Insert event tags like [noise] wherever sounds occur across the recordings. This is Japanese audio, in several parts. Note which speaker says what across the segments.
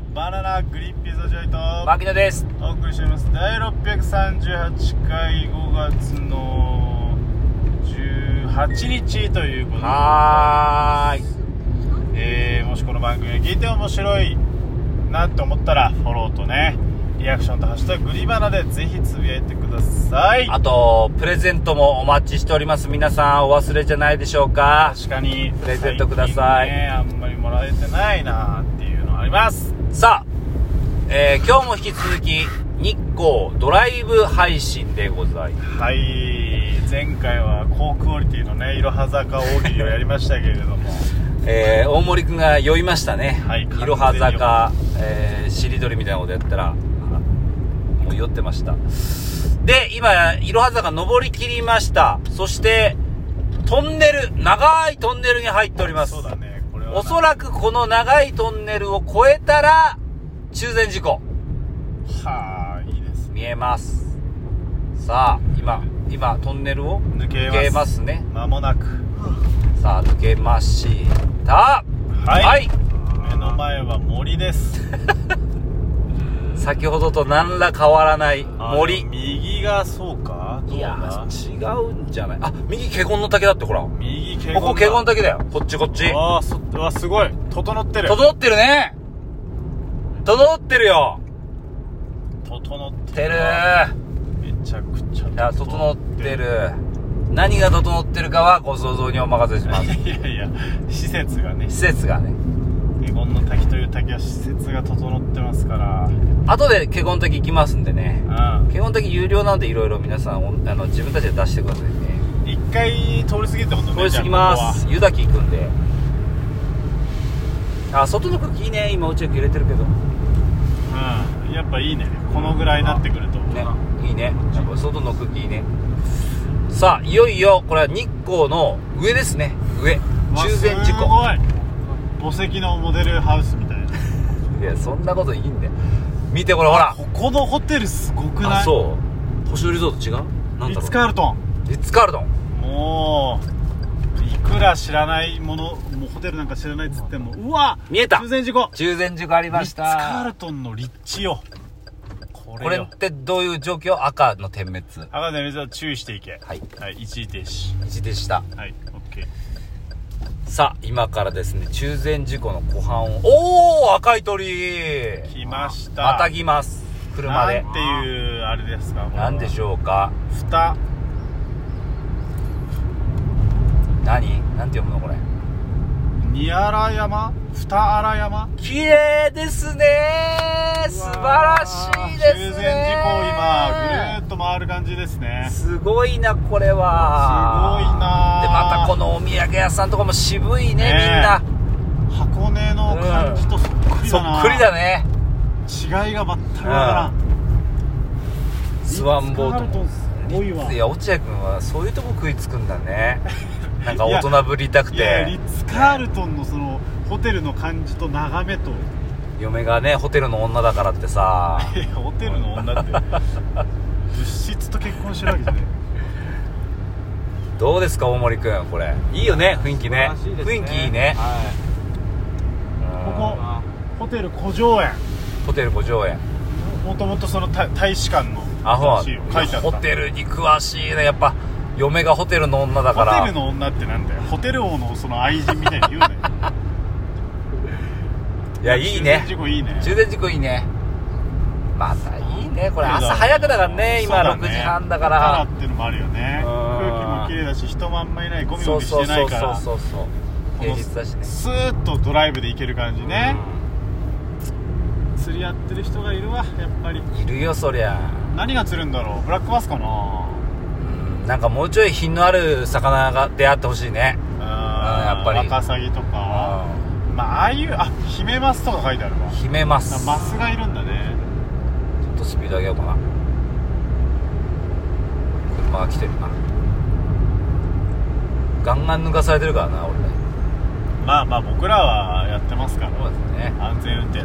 Speaker 1: はグリッピーズジョイと
Speaker 2: 牧野です
Speaker 1: お送りしております第638回5月の18日ということで
Speaker 2: はーい
Speaker 1: えーもしこの番組が聞いて面白いなと思ったらフォローとねリアクションと「ハッシュタググリバナ」でぜひつぶやいてください
Speaker 2: あとプレゼントもお待ちしております皆さんお忘れじゃないでしょうか
Speaker 1: 確かに
Speaker 2: プレゼントください
Speaker 1: 最近ねあんまりもらえてないなっていうのあります
Speaker 2: さあ、えー今日も引き続き日光ドライブ配信でございます
Speaker 1: はい前回は高クオリティのねいろは坂大喜利をやりましたけれども
Speaker 2: えー大森くんが酔いましたね
Speaker 1: はい
Speaker 2: いろは坂、えー、しりとりみたいなことやったらあもう酔ってましたで今いろは坂登りきりましたそしてトンネル長いトンネルに入っております
Speaker 1: そうだねこれは
Speaker 2: おそらくこの長いトンネルを越えたら中禅寺湖
Speaker 1: はあいいですね
Speaker 2: 見えますさあ今今トンネルを
Speaker 1: 抜けます
Speaker 2: 抜けますね
Speaker 1: 間もなく
Speaker 2: さあ抜けました
Speaker 1: はい
Speaker 2: はい、
Speaker 1: 目の前は森です
Speaker 2: 先ほどと何ら変わらない
Speaker 1: あ
Speaker 2: 森
Speaker 1: 右がそうかどう
Speaker 2: いや
Speaker 1: だ
Speaker 2: ー違うんじゃないあ右華厳の竹だってほらこ
Speaker 1: 右ケゴンだ
Speaker 2: こ華厳竹だよこっちこっち
Speaker 1: ああそっわすごい整ってる
Speaker 2: 整ってるね整ってるよ
Speaker 1: 整って
Speaker 2: てる
Speaker 1: めちゃくちゃ
Speaker 2: いや整ってる何が整ってるかはご想像にお任せします
Speaker 1: いやいや施設がね
Speaker 2: 施設がね
Speaker 1: ケゴンの滝という滝は施設が整ってますから
Speaker 2: 後で華厳滝行きますんでね
Speaker 1: うん
Speaker 2: 華厳滝有料なんでいろいろ皆さんおあの自分たちで出してくださいね
Speaker 1: 一回通り過ぎってこと
Speaker 2: 通り
Speaker 1: ね
Speaker 2: 過ぎます湯滝行くんであ外の空気いいね今うちは揺れてるけど
Speaker 1: じゃあここはうんやっぱいいねこのぐらいになってくると
Speaker 2: ねいいねやっぱ外の空気いいねさあいよいよこれは日光の上ですね上中禅寺湖
Speaker 1: わすごい墓石のモデルハウスみたいない
Speaker 2: やそんなこといいんだよ見てこれほら
Speaker 1: ここのホテルすごくない
Speaker 2: あそう星野リゾート違うなんだろう
Speaker 1: リッツ・カールトン
Speaker 2: リッツカールドン
Speaker 1: もういくら知らないものもうホテルなんか知らないっつってもうわ
Speaker 2: 見えた
Speaker 1: 中禅寺湖
Speaker 2: 中禅寺湖あり
Speaker 1: リッ
Speaker 2: ま
Speaker 1: ツ・
Speaker 2: し
Speaker 1: カール
Speaker 2: た
Speaker 1: トンの立地よこ
Speaker 2: こ
Speaker 1: れ
Speaker 2: れ
Speaker 1: よ
Speaker 2: ってどういう状況赤の点滅
Speaker 1: 赤で水は注意していけ
Speaker 2: はい
Speaker 1: はい一時停止
Speaker 2: 1でした
Speaker 1: はいオッケー
Speaker 2: さあ今からですね中禅寺湖の湖畔をおお赤い鳥
Speaker 1: 来ました
Speaker 2: またぎます車で
Speaker 1: なんていうあれですか
Speaker 2: なんでし
Speaker 1: ょ
Speaker 2: ょうか
Speaker 1: う蓋
Speaker 2: 何なんて読むのこれ
Speaker 1: ニアラ山二荒山
Speaker 2: 綺麗ですね素晴らしいですね
Speaker 1: 中禅寺湖を今ぐるーっと回る感じですね
Speaker 2: すごいなこれは
Speaker 1: すごいな
Speaker 2: でまたこのお土産屋さんとかも渋いね
Speaker 1: ねえ
Speaker 2: みんな
Speaker 1: 箱根の感じとそっくり
Speaker 2: そ
Speaker 1: だな、
Speaker 2: っくりだね
Speaker 1: 違いが全くわからん
Speaker 2: スワンボート
Speaker 1: リッツカールトンすごいわ
Speaker 2: もいや落合君はそういうとこ食いつくんだね
Speaker 1: [laughs]
Speaker 2: なんか大人ぶりたく
Speaker 1: いやいや
Speaker 2: て
Speaker 1: リッツ・カールトンのそのホテルの感じと眺めと [laughs] い
Speaker 2: 嫁がねホテルの女だからってさ
Speaker 1: やホテルの女って物質と結婚してるわけじゃない
Speaker 2: どうですか大森君これいいよね雰囲気ね
Speaker 3: 素晴らしいです
Speaker 2: 雰囲気いいね
Speaker 3: は
Speaker 2: [laughs]
Speaker 1: こ
Speaker 2: うん
Speaker 1: こホテル古城園
Speaker 2: ホテルご上園
Speaker 1: もともとそのた大使館の
Speaker 2: あほら
Speaker 1: 話を書いてあった
Speaker 2: ホテルに詳しいねやっぱ嫁がホテルの女だから
Speaker 1: ホテルの女ってなんだよホテル王のその愛人みたいに言う
Speaker 2: [laughs]
Speaker 1: なよ
Speaker 2: いやいいね
Speaker 1: 事故いいね
Speaker 2: 充電事故いいねまたいいねこれ
Speaker 1: そうだ
Speaker 2: 朝早くだからね今
Speaker 1: そうだ
Speaker 2: 6
Speaker 1: ね
Speaker 2: 時半だから
Speaker 1: だってのもあるよね
Speaker 2: うん
Speaker 1: 空気も綺麗だし人もあんまいないゴミ
Speaker 2: そ
Speaker 1: ゴ
Speaker 2: う
Speaker 1: ミし
Speaker 2: そう
Speaker 1: てな
Speaker 2: そ
Speaker 1: いうか
Speaker 2: そう
Speaker 1: ら
Speaker 2: そうそう
Speaker 1: こ
Speaker 2: 平
Speaker 1: の
Speaker 2: 日だしね
Speaker 1: スーッとドライブで行ける感じね、釣りやってる人がいるわやっぱり
Speaker 2: いるよそりゃ
Speaker 1: 何が釣るんだろうブラックバスかな
Speaker 2: うんなんかもうちょい品のある魚が出会ってほしいね
Speaker 1: うん
Speaker 2: やっぱり
Speaker 1: ワカサギとかまあああいうあヒメマスとか書いてあるわ
Speaker 2: 秘めます
Speaker 1: マスがいるんだね
Speaker 2: ちょっとスピード上げようかな車が来てるなガンガン抜かされてるからな俺ね
Speaker 1: まあまあ僕らはやってますから
Speaker 2: そうですね
Speaker 1: 安全運転で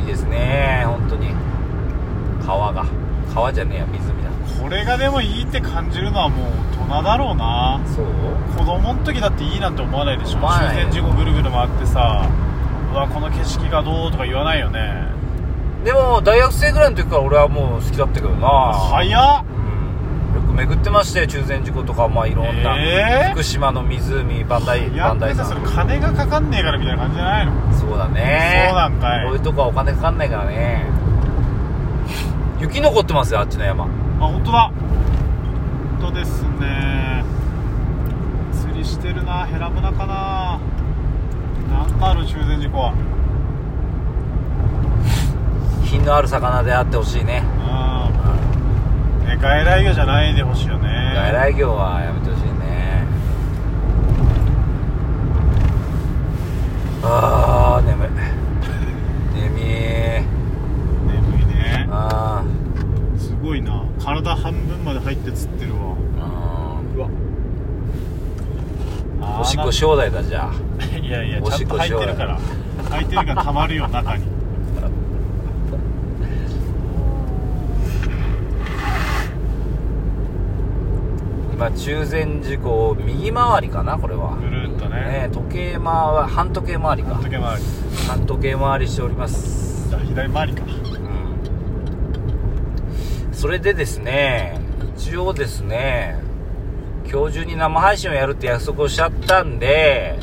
Speaker 2: いいですね本当に川が川じゃねえや湖だ
Speaker 1: ここれがでもいいって感じるのはもう大人だろうな
Speaker 2: そう
Speaker 1: 子供の時だっていいなんて思わないでしょ
Speaker 2: 思わない
Speaker 1: 終点事故ぐるぐる回ってさうわこの景色がどうとか言わないよね
Speaker 2: でも大学生ぐらいの時から俺はもう好きだったけどな
Speaker 1: 早っ
Speaker 2: うんよく巡ってましたよ中禅寺湖とかまあいろんな、
Speaker 1: えー
Speaker 2: 福島の湖バンダイ
Speaker 1: や
Speaker 2: バ
Speaker 1: っ
Speaker 2: ンダ
Speaker 1: て
Speaker 2: イさ
Speaker 1: さ
Speaker 2: ん
Speaker 1: それ金がかかんねえからみたいな感じじゃないの
Speaker 2: そうだね
Speaker 1: そうなんかい
Speaker 2: こういうとこはお金かかんないからね雪残ってますよあっちの山
Speaker 1: あ本当だ本当ですね釣りしてるなヘラブナかななんかある中禅寺湖は
Speaker 2: 品のある魚であってほしいね
Speaker 1: うん、ね、外来魚じゃないでほしいよね
Speaker 2: 外来魚はやめてほしいねあー眠い眠い
Speaker 1: 眠いね
Speaker 2: あー
Speaker 1: すごいな体半分まで入って釣ってるわ
Speaker 2: あ
Speaker 1: うわ
Speaker 2: ーおしっこ正代だじゃあ
Speaker 1: いやいや
Speaker 2: お
Speaker 1: ちゃ
Speaker 2: し
Speaker 1: ん
Speaker 2: っ
Speaker 1: と
Speaker 2: こ
Speaker 1: 入
Speaker 2: しよ
Speaker 1: っ
Speaker 2: う
Speaker 1: て
Speaker 2: よ
Speaker 1: るから入ってるからたまる
Speaker 2: [laughs]
Speaker 1: よ中に
Speaker 2: 今中禅寺湖右回りかなこれは
Speaker 1: ぐるっとね
Speaker 2: ね時計回は半時計回りか
Speaker 1: 時計回り
Speaker 2: 半時計回りしております
Speaker 1: じゃあ左回りか
Speaker 2: うんそれでですね一応ですね今日中に生配信をやるって約束をしちゃったんで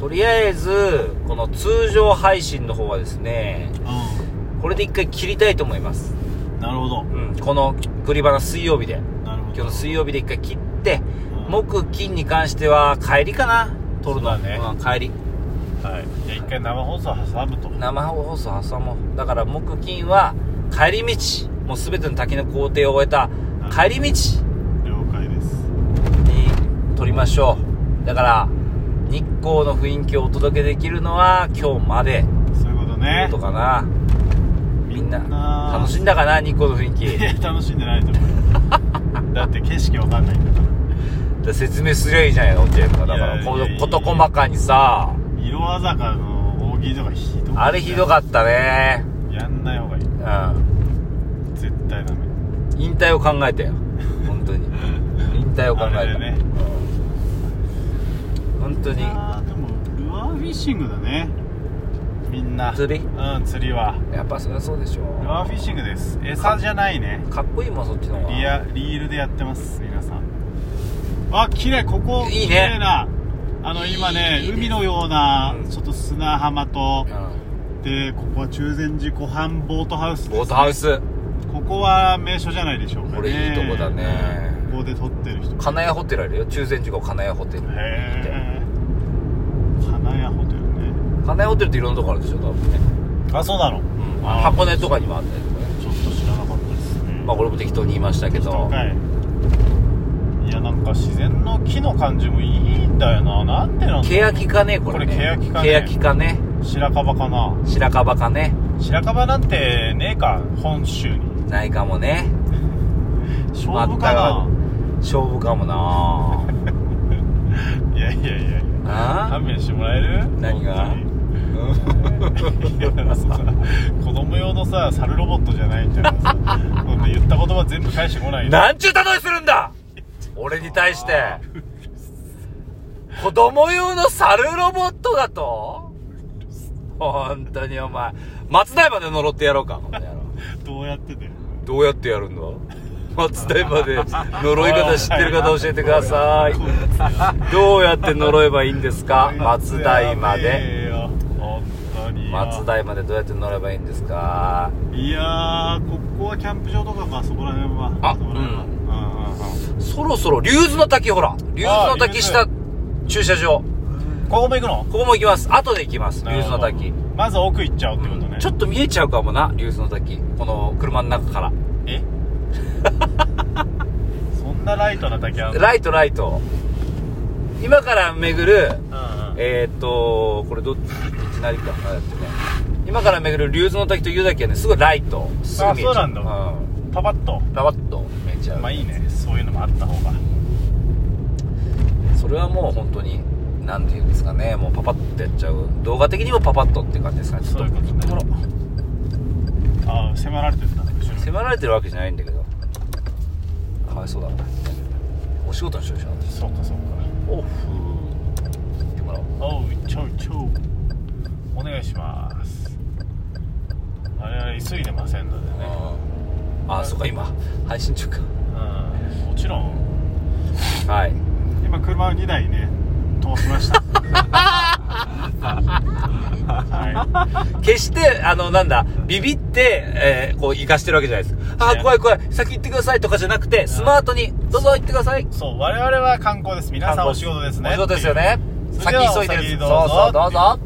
Speaker 2: とりあえずこの通常配信の方はですね
Speaker 1: う
Speaker 2: これで一回切りたいと思います、
Speaker 1: んなるほど
Speaker 2: うん、このグリバナ水曜日で
Speaker 1: なるほ
Speaker 2: 今
Speaker 1: ど
Speaker 2: 日の水曜日で一回切って
Speaker 1: うん
Speaker 2: 木金に関しては帰りかな撮るの
Speaker 1: そうだね
Speaker 2: うん帰り
Speaker 1: はいじゃあ一回生放送挟むと
Speaker 2: 生放送挟もうだから木金は帰り道もう全ての滝の工程を終えた帰り道
Speaker 1: 了解です
Speaker 2: に撮りましょうだから日光の雰囲気をお届けできるのは今日まで
Speaker 1: そういうこと
Speaker 2: とい
Speaker 1: ね
Speaker 2: うことかな、みんな楽しんだかな日光の雰囲気
Speaker 1: いや楽しんでないと
Speaker 2: [laughs]
Speaker 1: 思うだって景色わかんないんだから
Speaker 2: で説明すりゃいいじゃんよっていうかだか
Speaker 1: いや
Speaker 2: ら
Speaker 1: い
Speaker 2: こ
Speaker 1: やいや
Speaker 2: の事細かにさ
Speaker 1: 色鮮やかの扇とかひどい
Speaker 2: あれひどかったね
Speaker 1: やんない方がいい
Speaker 2: うん
Speaker 1: 絶対ダメ
Speaker 2: 引退を考えたよ本当に引退を考えた
Speaker 1: あれでね
Speaker 2: 本当に
Speaker 1: あーでもルアーフィッシングだねみんな
Speaker 2: 釣り
Speaker 1: うん釣りは
Speaker 2: やっぱそりゃそうでしょ
Speaker 1: ルアーフィッシングです餌じゃないね
Speaker 2: かっこいいもんそっちの方が
Speaker 1: リアリールでやってます皆さんあ綺麗ここ
Speaker 2: いいね
Speaker 1: 綺麗なあの今ね
Speaker 2: いいです
Speaker 1: 海のような
Speaker 2: うん
Speaker 1: ちょっと砂浜と
Speaker 2: うん
Speaker 1: でここは中禅寺湖畔ボートハウスですね
Speaker 2: ボートハウス
Speaker 1: ここは名所じゃないでしょうかね
Speaker 2: これいいとこだね
Speaker 1: ここで撮ってる人
Speaker 2: 金谷ホテルあるよ中禅寺湖金谷ホテル
Speaker 1: へえ花屋ホテルね
Speaker 2: 金谷ホテルっていろんなとこあるでしょ多分ね、
Speaker 1: あそうなの、
Speaker 2: うん、
Speaker 1: あー
Speaker 2: 箱根とかにもあったりとかね
Speaker 1: ちょっと知らなかったですね
Speaker 2: まあこれも適当に言いましたけど
Speaker 1: かいいやなんか自然の木の感じもいいんだよななんでなんだろ
Speaker 2: 欅かねこれね
Speaker 1: これ欅かね
Speaker 2: 欅かね
Speaker 1: う白樺かな
Speaker 2: 白樺かね
Speaker 1: 白樺なんてねえか本州に
Speaker 2: ないかもね
Speaker 1: 勝負かな、
Speaker 2: 勝負かも
Speaker 1: [laughs]
Speaker 2: ない
Speaker 1: やいやいやいや
Speaker 2: あ
Speaker 1: 勘弁してもらえる
Speaker 2: 何が
Speaker 1: 本当に [laughs] いやだからそんな子供用のさ猿ロボットじゃないみたいな [laughs] さほんで言った言葉全部返してこない
Speaker 2: なんちゅう例えするんだ俺に対して
Speaker 1: あ
Speaker 2: 子供用の猿ロボットだと本当にお前松代まで呪ってやろうかこの野郎
Speaker 1: どうやってだよ
Speaker 2: どうやってやるんだ松代まで呪い方知ってる方教えてくださいどうやって呪えばいいんですか松代まで
Speaker 1: 本当によ
Speaker 2: 松代までどうやって乗ればいいんですか
Speaker 1: いやーここはキャンプ場とかまあそこら辺は
Speaker 2: あ
Speaker 1: そこら辺は
Speaker 2: うん
Speaker 1: う
Speaker 2: そろそろ竜頭の滝ほら竜頭の滝下
Speaker 1: あ
Speaker 2: 駐車場
Speaker 1: んうんここも行くの
Speaker 2: ここも行きます後で行きます
Speaker 1: な
Speaker 2: 竜
Speaker 1: るほ
Speaker 2: 頭の
Speaker 1: ど
Speaker 2: 滝
Speaker 1: まず奥行っちゃうってことね
Speaker 2: ちょっと見えちゃうかもな竜頭の滝この車の中から
Speaker 1: え [laughs] そんなライトな滝あんの
Speaker 2: ライトライト今から巡る
Speaker 1: うんうん
Speaker 2: えーっとこれどっちなりかあだってね今から巡る竜頭の滝と湯滝はねすごいライトすぐ見えちゃう
Speaker 1: あそうなんだパパッと
Speaker 2: ラバッと見えちゃう、
Speaker 1: まあいいねそういうのもあった方が
Speaker 2: それはもう本当になんていうんですかねもうパパッとやっちゃう動画的にもパパッとって感じですかねち
Speaker 1: そ
Speaker 2: ょ
Speaker 1: う
Speaker 2: っ
Speaker 1: いう
Speaker 2: と
Speaker 1: ことねああ迫られてるんだ後ろに
Speaker 2: 迫られてるわけじゃないんだけどわいそうだなお仕事の人でしょ
Speaker 1: そうかそうか
Speaker 2: オフ言ってもらおう
Speaker 1: おうちょいちょいお願いしますあれは急いでませんのでね
Speaker 2: ああそうか今配信中か
Speaker 1: うんもちろん
Speaker 2: はい
Speaker 1: 今車を2台ね通しました [laughs] は
Speaker 2: 決してあのなんだビビって、えーこう生かしてるわけじゃないですああ怖い怖い先行ってくださいとかじゃなくてスマートにどうぞ行ってください
Speaker 1: いそう我々は観光です皆さんお仕事ですね
Speaker 2: お仕事ですよね
Speaker 1: それ
Speaker 2: 先
Speaker 1: では
Speaker 2: 急いでる
Speaker 1: お先にどう
Speaker 2: そ
Speaker 1: ぞ
Speaker 2: うそうどうぞ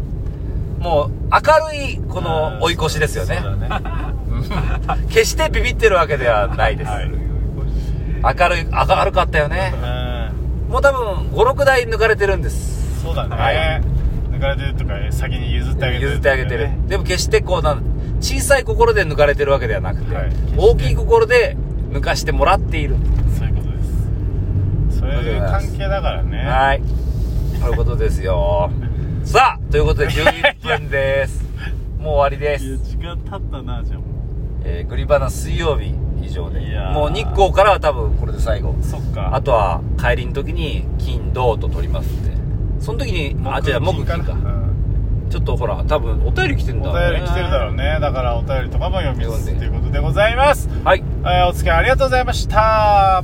Speaker 2: もう明るいこの追い越しですよね
Speaker 1: そうだね
Speaker 2: 決してビビってるわけではないです、
Speaker 1: はい
Speaker 2: 明るい明るかったよね
Speaker 1: うん
Speaker 2: もう多分56台抜かれてるんです
Speaker 1: そうだね、
Speaker 2: はい
Speaker 1: 抜かれてるとか先に譲ってあげてる
Speaker 2: 譲っ
Speaker 1: と
Speaker 2: て
Speaker 1: か
Speaker 2: あ
Speaker 1: ね
Speaker 2: げてる、でも決してこうなん小さい心で抜かれてるわけではなくて、
Speaker 1: はい
Speaker 2: 大きい心で抜かしてもらっている、
Speaker 1: そういうことですそういう関係だからね
Speaker 2: はいそういうことです
Speaker 1: [laughs]
Speaker 2: よさあということで11分ですもう終わりです
Speaker 1: いや時間経ったなじゃあも
Speaker 2: えー、グリバナ水曜日以上で
Speaker 1: いやー
Speaker 2: もう日光からは多分これで最後
Speaker 1: うそっか
Speaker 2: あとは帰りの時に金銅と取りますんでその時にあじゃあ木金か
Speaker 1: うん
Speaker 2: ちょっとほら多分お便り来てんだ
Speaker 1: お便り来てるだろうねだからお便りとかも読みつ
Speaker 2: 読ん
Speaker 1: つ
Speaker 2: で
Speaker 1: ということでございます
Speaker 2: はい
Speaker 1: えーお付き合いありがとうございました